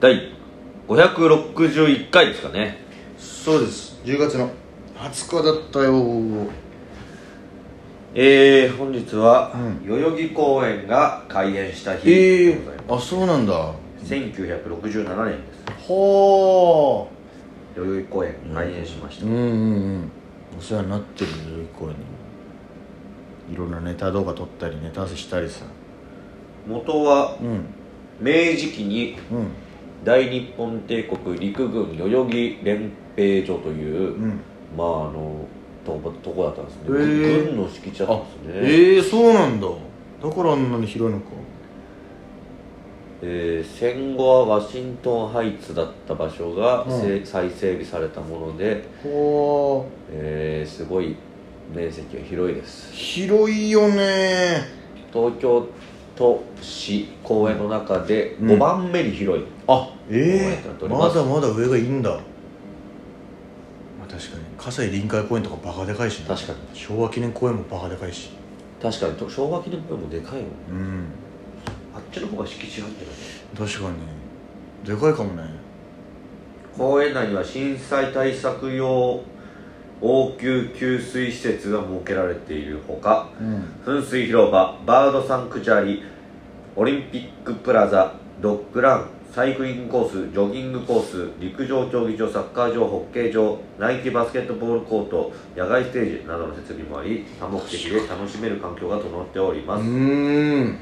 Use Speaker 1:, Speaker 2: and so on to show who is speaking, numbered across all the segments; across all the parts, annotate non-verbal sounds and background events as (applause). Speaker 1: 第561回ですかね
Speaker 2: そうです10月の20日だったよ
Speaker 1: えー、本日は、
Speaker 2: うん
Speaker 1: 代々木公園が開園した日
Speaker 2: ええ
Speaker 1: でございま
Speaker 2: あそうなんだは
Speaker 1: す、1967年です
Speaker 2: あ
Speaker 1: 代々木公園が開園しまし
Speaker 2: う
Speaker 1: た、
Speaker 2: んうんうんお世話になってるよ代々木公園にもいろんなネタ動画撮ったりネタ合わせしたりさ
Speaker 1: 元は
Speaker 2: うん
Speaker 1: 明治期に
Speaker 2: うん
Speaker 1: 大日本帝国陸軍代々木連兵所という、
Speaker 2: うん
Speaker 1: まああのとことこだったんですね、
Speaker 2: へー
Speaker 1: 軍の敷地だった
Speaker 2: あ
Speaker 1: んですね
Speaker 2: ええそうなんだだからあんなに広いのか
Speaker 1: えー戦後はワシントンハイツだった場所が、
Speaker 2: うん
Speaker 1: せ再整備されたもので、
Speaker 2: はあ
Speaker 1: えーすごい面積が広いです
Speaker 2: 広いよね
Speaker 1: 東京都市公園の中で
Speaker 2: うん
Speaker 1: 5番目に広い、
Speaker 2: あえ
Speaker 1: こうやってやって
Speaker 2: え
Speaker 1: おりま
Speaker 2: ますだまだ上がいいんだ、まあ、確かに葛西臨海公園とかバカでかいしな
Speaker 1: 確かに
Speaker 2: 昭和記念公園もバカでかいし
Speaker 1: 確かにと昭和記念公園もでかいよね
Speaker 2: うん
Speaker 1: あっちの方が敷地あるんじゃない
Speaker 2: 確かにでかいかもね
Speaker 1: 公園内には震災対策用応急給水施設が設けられているほか
Speaker 2: うん
Speaker 1: 噴水広場バードサンクチャリオリンピックプラザドッグランサイクリングコースジョギングコース陸上競技場サッカー場ホッケー場ナイキバスケットボールコート野外ステージなどの設備もあり多目的で楽しめる環境が整っており
Speaker 2: う
Speaker 1: ます、
Speaker 2: ーん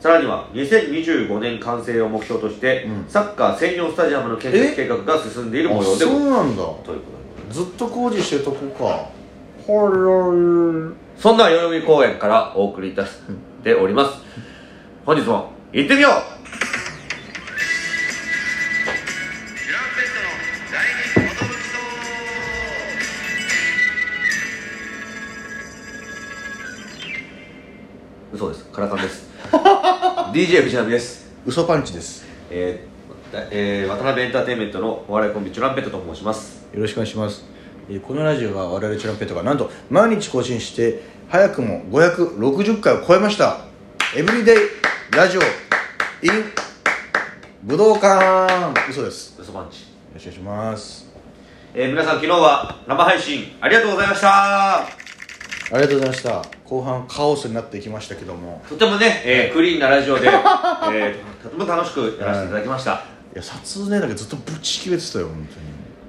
Speaker 1: さらには2025年完成を目標として、
Speaker 2: うん
Speaker 1: サッカー専用スタジアムの建設計画が進んでいる模
Speaker 2: あ
Speaker 1: 様で
Speaker 2: そ
Speaker 1: ございます
Speaker 2: うなんだ
Speaker 1: ということでございま
Speaker 2: ずっと工事してるとこかは
Speaker 1: すそんな代々木公園からお送りいたしております本日も行ってみよう嘘です。カラカンです。DJ 藤波です。
Speaker 2: い嘘パンチです
Speaker 1: えーだえー渡辺エンターテインメントのお笑いコンビチュランペットと申します。
Speaker 2: よろしくお願いしますえーこのラジオは我々チュランペットがなんと毎日更新して早くも560回を超えましたエブリデイラジオ in 武道館嘘ですよ
Speaker 1: 嘘パンチ。
Speaker 2: ろしくお願いします
Speaker 1: えー皆さん昨日は生配信ありがとうございました
Speaker 2: ありがとうございました後半カオスになっていきましたけども
Speaker 1: とてもね、えークリーンなラジ
Speaker 2: (laughs)
Speaker 1: オで、えーとても楽しくやらせていただきました、
Speaker 2: いや撮影だけずっとぶち切れてたよ本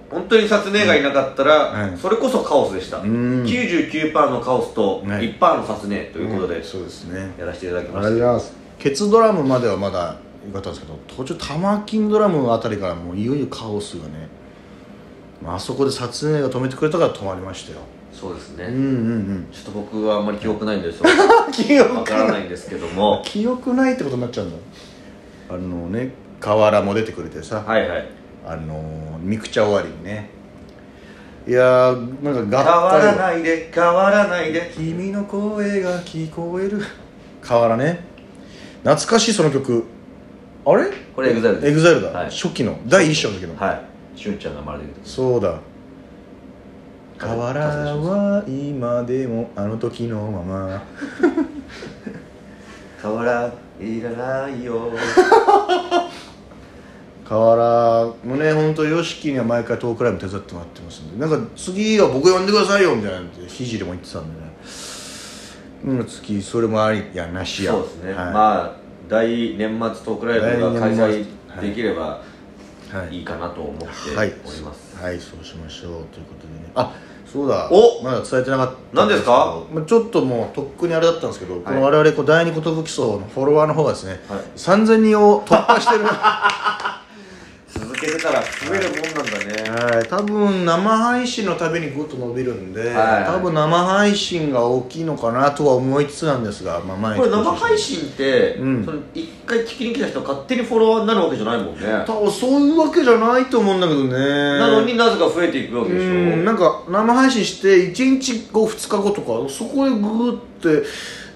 Speaker 2: 当
Speaker 1: 本当に撮影がいなかったら、
Speaker 2: うん
Speaker 1: それこそカオスでした、
Speaker 2: ん
Speaker 1: 99%のカオスと
Speaker 2: ね
Speaker 1: 1%の撮影とい
Speaker 2: に
Speaker 1: うことで、
Speaker 2: んそうですね
Speaker 1: やらせていただきまし
Speaker 2: ありがとうございますケツドラムまではまだ良かったんですけど途中玉金ドラムあたりからもういよいよカオスがね、まああそこで撮影が止めてくれたから止まりましたよ
Speaker 1: たそうですね、
Speaker 2: うんうん
Speaker 1: ちょっと僕はあんまり記憶ないんです
Speaker 2: うん記
Speaker 1: わからないんですけども
Speaker 2: 記憶ないってことになっちゃうんだあのね河原も出てくれてさ、
Speaker 1: はいはい
Speaker 2: あのー、ミクチャ終わりにねいやーなん
Speaker 1: 変
Speaker 2: か
Speaker 1: わ
Speaker 2: 合
Speaker 1: ら
Speaker 2: 体
Speaker 1: ないで変わらないで
Speaker 2: 君の声が聞こえる河原ね懐かしいその曲あれ
Speaker 1: これ EXILE です
Speaker 2: エグザイルだ、
Speaker 1: はい
Speaker 2: 初期の第一章の時の、
Speaker 1: はいしゅんちゃんが生まれてる時
Speaker 2: そうだ
Speaker 1: 風
Speaker 2: 河原は今でもあの時のまま
Speaker 1: 変わらいらないよ
Speaker 2: 河原もね本当 YOSHIKI には毎回トークライブ手伝ってもらってますんでなんか次は僕呼んでくださいよみたいなんでひじりも言ってたんでねうん次それもありやなしや
Speaker 1: そうですね、
Speaker 2: はい
Speaker 1: まあ大年末トークライブが開
Speaker 2: 大年
Speaker 1: 催
Speaker 2: 末
Speaker 1: できれば
Speaker 2: はい
Speaker 1: いいかなと思って
Speaker 2: はい
Speaker 1: おります、
Speaker 2: はいそうしましょうということでねあそうだ
Speaker 1: お
Speaker 2: まだ伝えてなかった
Speaker 1: 何ですか
Speaker 2: まあ、ちょっともうとっくにあれだったんですけど、この我々こう第二寿層のフォロワーの方がですね、
Speaker 1: はい
Speaker 2: 3000人を突破してるは
Speaker 1: 続けてたら増えるもんなんだね、
Speaker 2: い多分生配信のたびにぐっと伸びるんで、
Speaker 1: はい
Speaker 2: 多分生配信が大きいのかなとは思いつつなんですが、まあ、毎
Speaker 1: こ
Speaker 2: 日
Speaker 1: れ生配信って、
Speaker 2: うん
Speaker 1: その一回聞きに来た人が勝手にフォロワーになるわけじゃないもんねな
Speaker 2: 多分そういうわけじゃないと思うんだけどねな
Speaker 1: のになぜか増えていくわけでしょ
Speaker 2: うんなんか生配信して1日後2日後とかそこでググって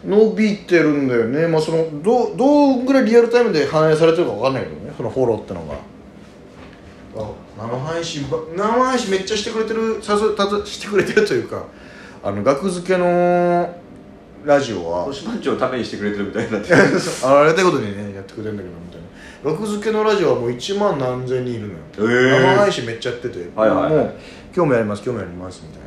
Speaker 2: 伸びてるんだよねまあそのどうどうぐらいリアルタイムで反映されてるか分かんないけどねそのフォローってのがあ生配信ば生配信めっちゃしてくれてるさすたずしてくれてるというかあの額付けのラジオは (laughs)
Speaker 1: 年番長のためにしてくれてるみたいになって
Speaker 2: あれってことにねやってくれるんだけどみたいな額付けのラジオはもう1万何千人いるのよ、
Speaker 1: えー
Speaker 2: 生配信めっちゃやってて、
Speaker 1: はいはい
Speaker 2: もう今日もやります今日もやりますみた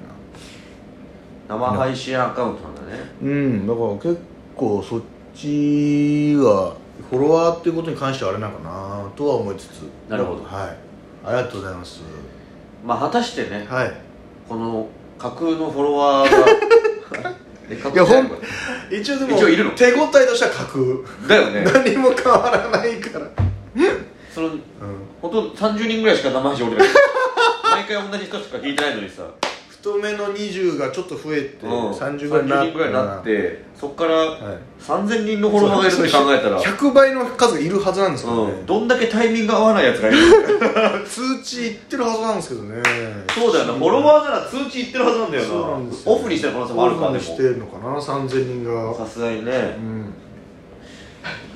Speaker 2: いな
Speaker 1: 生配信アカウントなんだね
Speaker 2: うんだから結構そっちがフォロワーっていうことに関してはあれなのかなとは思いつつ
Speaker 1: なるほど
Speaker 2: はいありがとうございます
Speaker 1: まあ果たしてね
Speaker 2: はい
Speaker 1: この架空のフォロワー
Speaker 2: (laughs)
Speaker 1: がえ架空じゃない
Speaker 2: やほん
Speaker 1: こ
Speaker 2: 一応で
Speaker 1: も
Speaker 2: も
Speaker 1: 手
Speaker 2: 手応えとしては格
Speaker 1: れだよね
Speaker 2: 何も変わらないから
Speaker 1: その
Speaker 2: うん
Speaker 1: ほとんど30人ぐらいしか生配信俺ら
Speaker 2: (laughs)
Speaker 1: 毎回同じ人しか聞いてないのにさ
Speaker 2: 太めの20がちょっと増えて、
Speaker 1: うん
Speaker 2: 30ぐらいになっ
Speaker 1: 30人ぐらいになってそっから
Speaker 2: はい
Speaker 1: 3000人のフォロワーがいるって考えたら
Speaker 2: 100倍の数がいるはずなんですけどね、
Speaker 1: うん、どんだけタイミング合わないやつがいる
Speaker 2: 通知いってるはずなんですけどね
Speaker 1: そうだよなフォロワーなら通知いってるはずなんだよな
Speaker 2: そうなんですよ
Speaker 1: オフにしてる可能性もあるか
Speaker 2: オ
Speaker 1: で
Speaker 2: フにして
Speaker 1: も
Speaker 2: るのかな3000人が
Speaker 1: さすがに
Speaker 2: う
Speaker 1: ね
Speaker 2: ん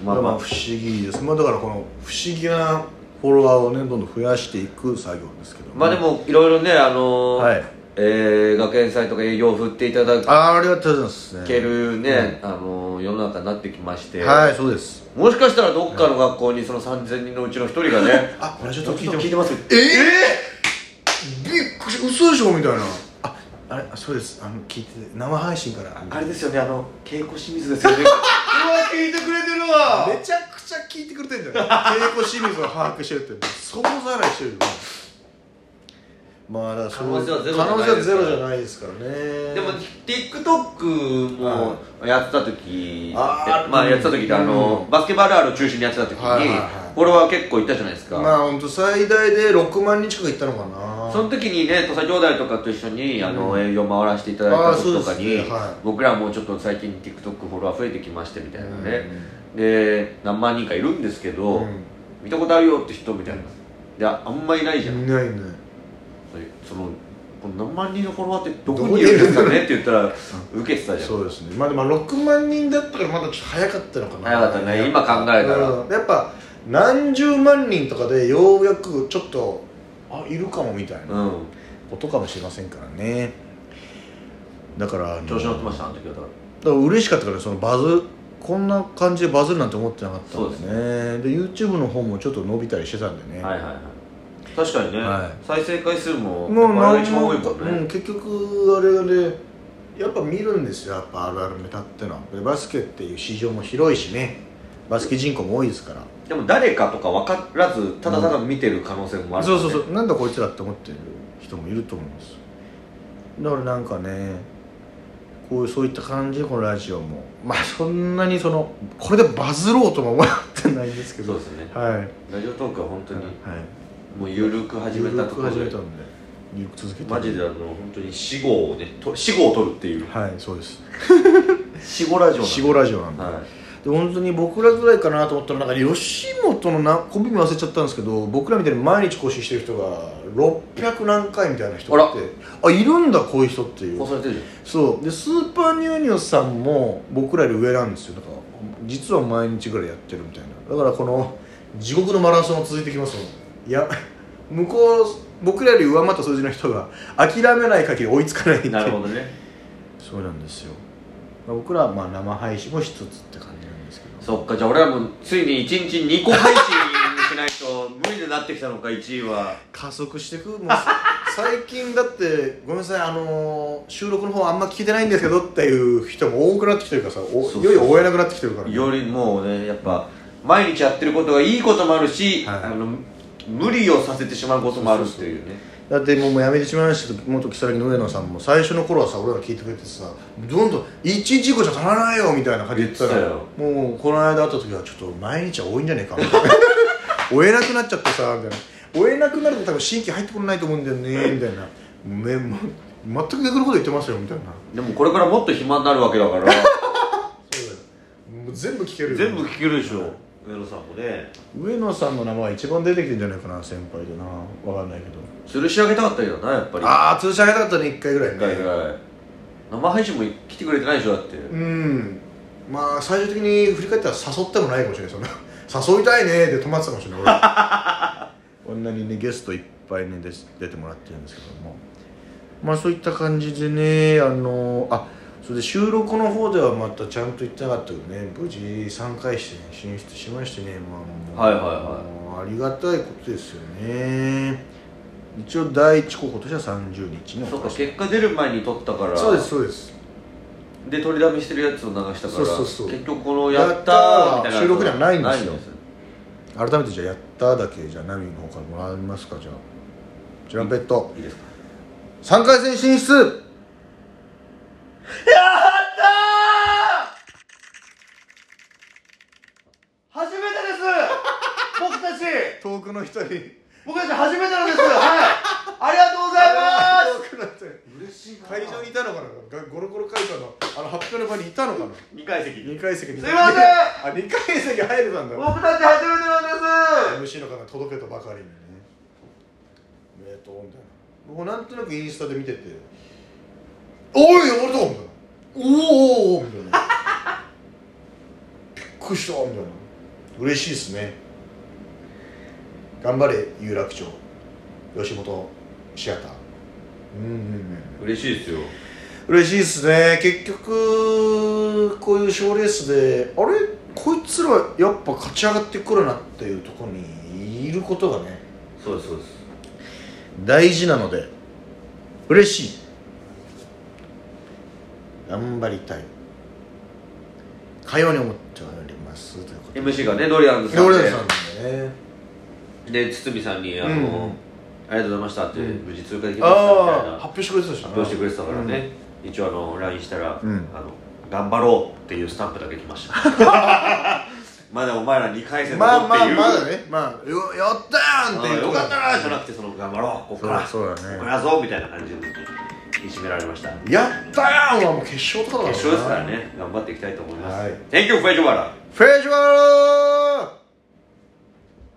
Speaker 1: まあ
Speaker 2: ま
Speaker 1: ま
Speaker 2: あ
Speaker 1: あ
Speaker 2: 不思議ですまあだからこの不思議なフォロワーをねどんどん増やしていく作業ですけど、
Speaker 1: まあでもいろいろねあのー
Speaker 2: はい
Speaker 1: えー学園祭とか営業を振っていただ
Speaker 2: あーありがとうございます、ね、
Speaker 1: けるね、あのー世の中になってきまして、
Speaker 2: はいそうです
Speaker 1: もしかしたらどっかの学校にその3000人のうちの一人がね
Speaker 2: あこれちょっ
Speaker 1: ちょ
Speaker 2: と
Speaker 1: っと
Speaker 2: 聞いて
Speaker 1: 聞いてます
Speaker 2: ええびっくり嘘でしょみたいなああれあそうですあの聞いてて生配信から
Speaker 1: あれですよねあの稽古清水ですよねうわ聞いてくれてるわ
Speaker 2: めちゃくちゃ聞いてくれてんだよ稽古清水を把握してるってそこざらいしてるよまあだからそう
Speaker 1: 可能性はゼロじゃ
Speaker 2: 可
Speaker 1: ない
Speaker 2: 能性はゼロじゃないですからね
Speaker 1: でも TikTok もやってた時
Speaker 2: あー
Speaker 1: まあやってた時ってあの、
Speaker 2: うん
Speaker 1: バスケバルあるを中心にやってた時に、
Speaker 2: はいはいはい
Speaker 1: フォロワー結構いったじゃないですか、
Speaker 2: まあ本当最大で6万人近くいったのかな
Speaker 1: その時にね土佐兄弟とかと一緒にあの営業回らせていただいた時とか
Speaker 2: あーそうで
Speaker 1: に、
Speaker 2: すねはい
Speaker 1: 僕らもちょっと最近 TikTok フォロワー増えてきましてみたいなね、で何万人かいるんですけど、
Speaker 2: うん
Speaker 1: 見たことあるよって人みたいな、でああんまいないじゃん、
Speaker 2: いないいない
Speaker 1: そのこの何万人のフォロワーってどこにいるんですかねって言ったら受けてたじゃん
Speaker 2: そうですねまあでも6万人だったからまだちょっと早かったのかな
Speaker 1: 早かったね今考えたら
Speaker 2: うんやっぱ何十万人とかでようやくちょっとあいるかもみたいな
Speaker 1: うん
Speaker 2: ことかもしれませんからねだからあの
Speaker 1: 調子乗ってましたあの時はだから
Speaker 2: だから嬉しかったからねそのバズこんな感じでバズるなんて思ってなかったんですねで YouTube の方もちょっと伸びたりしてたんでね、
Speaker 1: はいはいはい確かにね、
Speaker 2: は
Speaker 1: 再生回数も
Speaker 2: もう
Speaker 1: あれが
Speaker 2: 何
Speaker 1: 一番
Speaker 2: も
Speaker 1: 多いもんね、
Speaker 2: うん、結局あれがねやっぱ見るんですよやっぱあるあるネタってのはでバスケっていう市場も広いしねバスケ人口も多いですから
Speaker 1: でも誰かとか分からずただただ見てる可能性もある、
Speaker 2: そうそうそうなんだこいつらって思ってる人もいると思うんですよだからなんかねこういうそういった感じでこのラジオもまあそんなにそのこれでバズろうとも思ってないんですけ
Speaker 1: そ
Speaker 2: ど
Speaker 1: う
Speaker 2: は
Speaker 1: ですね
Speaker 2: い、はい、
Speaker 1: ラジオトークは本当にもうゆるく始めた
Speaker 2: 緩
Speaker 1: と
Speaker 2: く
Speaker 1: ころ
Speaker 2: 始め
Speaker 1: で
Speaker 2: たんで緩く続けて
Speaker 1: マジであの本当に死後をねと死後を取るっていう
Speaker 2: はいそうです
Speaker 1: 死後ラジオ
Speaker 2: 死後ラジオなんで、
Speaker 1: は
Speaker 2: で本当に僕らぐらいかなと思ったらなんか吉本のなコンビ名忘れちゃったんですけど僕らみたいに毎日更新してる人が600何回みたいな人がいてあいるんだこういう人ってい
Speaker 1: いう放送されてるじゃん
Speaker 2: (laughs) そうでスーパーニューニューさんも僕らより上なんですよだから実は毎日ぐらいやってるみたいなだからこの地獄のマラソンは続いてきますもんいや向こう僕らより上回った数字の人が諦めない限り追いつかないっていう
Speaker 1: なるほどね
Speaker 2: そうなんですよ僕らはまあ生配信もしつつって感じなんですけど
Speaker 1: そっかじゃあ俺らもついに1日2個配信しないと無理になってきたのか1位は
Speaker 2: 加速してくもう (laughs) 最近だってごめんなさいあのー収録の方あんま聞いてないんですけどっていう人も多くなってきてるからさお
Speaker 1: そうそう
Speaker 2: いよいよ追えなくなってきてるからね、
Speaker 1: よりもうねやっぱ毎日やってることがいいこともあるし、
Speaker 2: はい
Speaker 1: あの無理をさせてしまうこともあるっていうね
Speaker 2: だってもうもうやめてしまいましたけど元木更木の上野さんも最初の頃はさ俺ら聞いてくれてさどんどん1日1個じゃ足らないよみたいな感じで言ってたら
Speaker 1: 言って
Speaker 2: もうこの間会った時はちょっと毎日は多いんじゃねえかみ (laughs) たいな追えなくなっちゃってさみたいな追えなくなると多分新規入ってこないと思うんだよねみたいなめもう全く逆のこと言ってますよみたいな
Speaker 1: でもこれからもっと暇になるわけだから
Speaker 2: もう全部聞けるよ
Speaker 1: (laughs) 全部聞けるでしょ上野さんもね
Speaker 2: 上野さんの名前が一番出てきてんじゃないかな先輩でなわかんないけど
Speaker 1: 吊るし上げたかったけどなやっぱり
Speaker 2: ああ通し上げたかったね1回ぐらいね
Speaker 1: 一回ぐらい生配信も来てくれてないでしょだって、
Speaker 2: うんまあ最終的に振り返ったら誘ってもないかもしれないその誘いたいね (laughs) で止まってたかもしれない俺 (laughs) こんなにねゲストいっぱいね出出てもらってるんですけどもまあそういった感じでねあのあそれで収録の方ではまたちゃんと言ってなかったけどね無事3回してね進出しましてね、まあ、
Speaker 1: はいはいはい
Speaker 2: もうありがたいことですよね一応第一候補としては30日の
Speaker 1: そっか結果出る前に撮ったから
Speaker 2: そうですそうです
Speaker 1: で取りだめしてるやつを流したから
Speaker 2: そうそうそう
Speaker 1: 結局この「やったー」みたいなやつは
Speaker 2: 収録ではないんですよ
Speaker 1: な
Speaker 2: 改めてじゃあやっただけじゃあナミの方からもらいますかじゃあチランペット
Speaker 1: いいですか
Speaker 2: 3回戦進出
Speaker 1: やったー初めてです (laughs) 僕たち
Speaker 2: 遠くの人に
Speaker 1: 僕たち初めてなんですはいありがとうござ
Speaker 2: 遠くの人に
Speaker 1: 嬉しい
Speaker 2: 会場にいたのかながゴロゴロ会館のあの発表の場にいたのかな
Speaker 1: 2階席
Speaker 2: 2階席に
Speaker 1: すいません
Speaker 2: あ二階席入れたんだ
Speaker 1: 僕たち初めてなんです
Speaker 2: MC の方が届けたばかりにねおめでとうみたいな僕なんとなくインスタで見てて「おい俺だ!」みたいな「おーおーおーみたいな (laughs) びっくりしたみたいな嬉しいですね頑張れ有楽町吉本シアターうんうんうん
Speaker 1: 嬉しいですよ
Speaker 2: 嬉しいですね結局こういう賞レースであれこいつらやっぱ勝ち上がってくるなっていうところにいることがね
Speaker 1: そうですそうです
Speaker 2: 大事なので嬉しい頑張りたいかように思っておりますということで
Speaker 1: MC がねドリアンズさん
Speaker 2: 俺
Speaker 1: で
Speaker 2: らさんだね
Speaker 1: で堤さんにあの、
Speaker 2: うん
Speaker 1: ありがとうございました」って、
Speaker 2: うん
Speaker 1: 無事通過できましたみたい
Speaker 2: ああ
Speaker 1: な
Speaker 2: 発表してくれてたしな
Speaker 1: 発表してくれてたからね、一応あの LINE したら、
Speaker 2: うん
Speaker 1: あの「頑張ろう」っていうスタンプだけ来ました
Speaker 2: (laughs)
Speaker 1: まだお前ら2回戦だ
Speaker 2: ま
Speaker 1: ぞ
Speaker 2: あ
Speaker 1: って
Speaker 2: まあ
Speaker 1: いう、
Speaker 2: まだねまあよやったーんっていう
Speaker 1: よ
Speaker 2: とこ
Speaker 1: かったなじゃなくてその頑張ろうここから
Speaker 2: そうそうだね
Speaker 1: ここやぞみたいな感じで引き締められました決
Speaker 2: やったーんはもう決勝とかだからな
Speaker 1: 勝ですからね頑張っていきたいと思います、
Speaker 2: はい
Speaker 1: Thank you フェイジョバラ
Speaker 2: フェイジュアル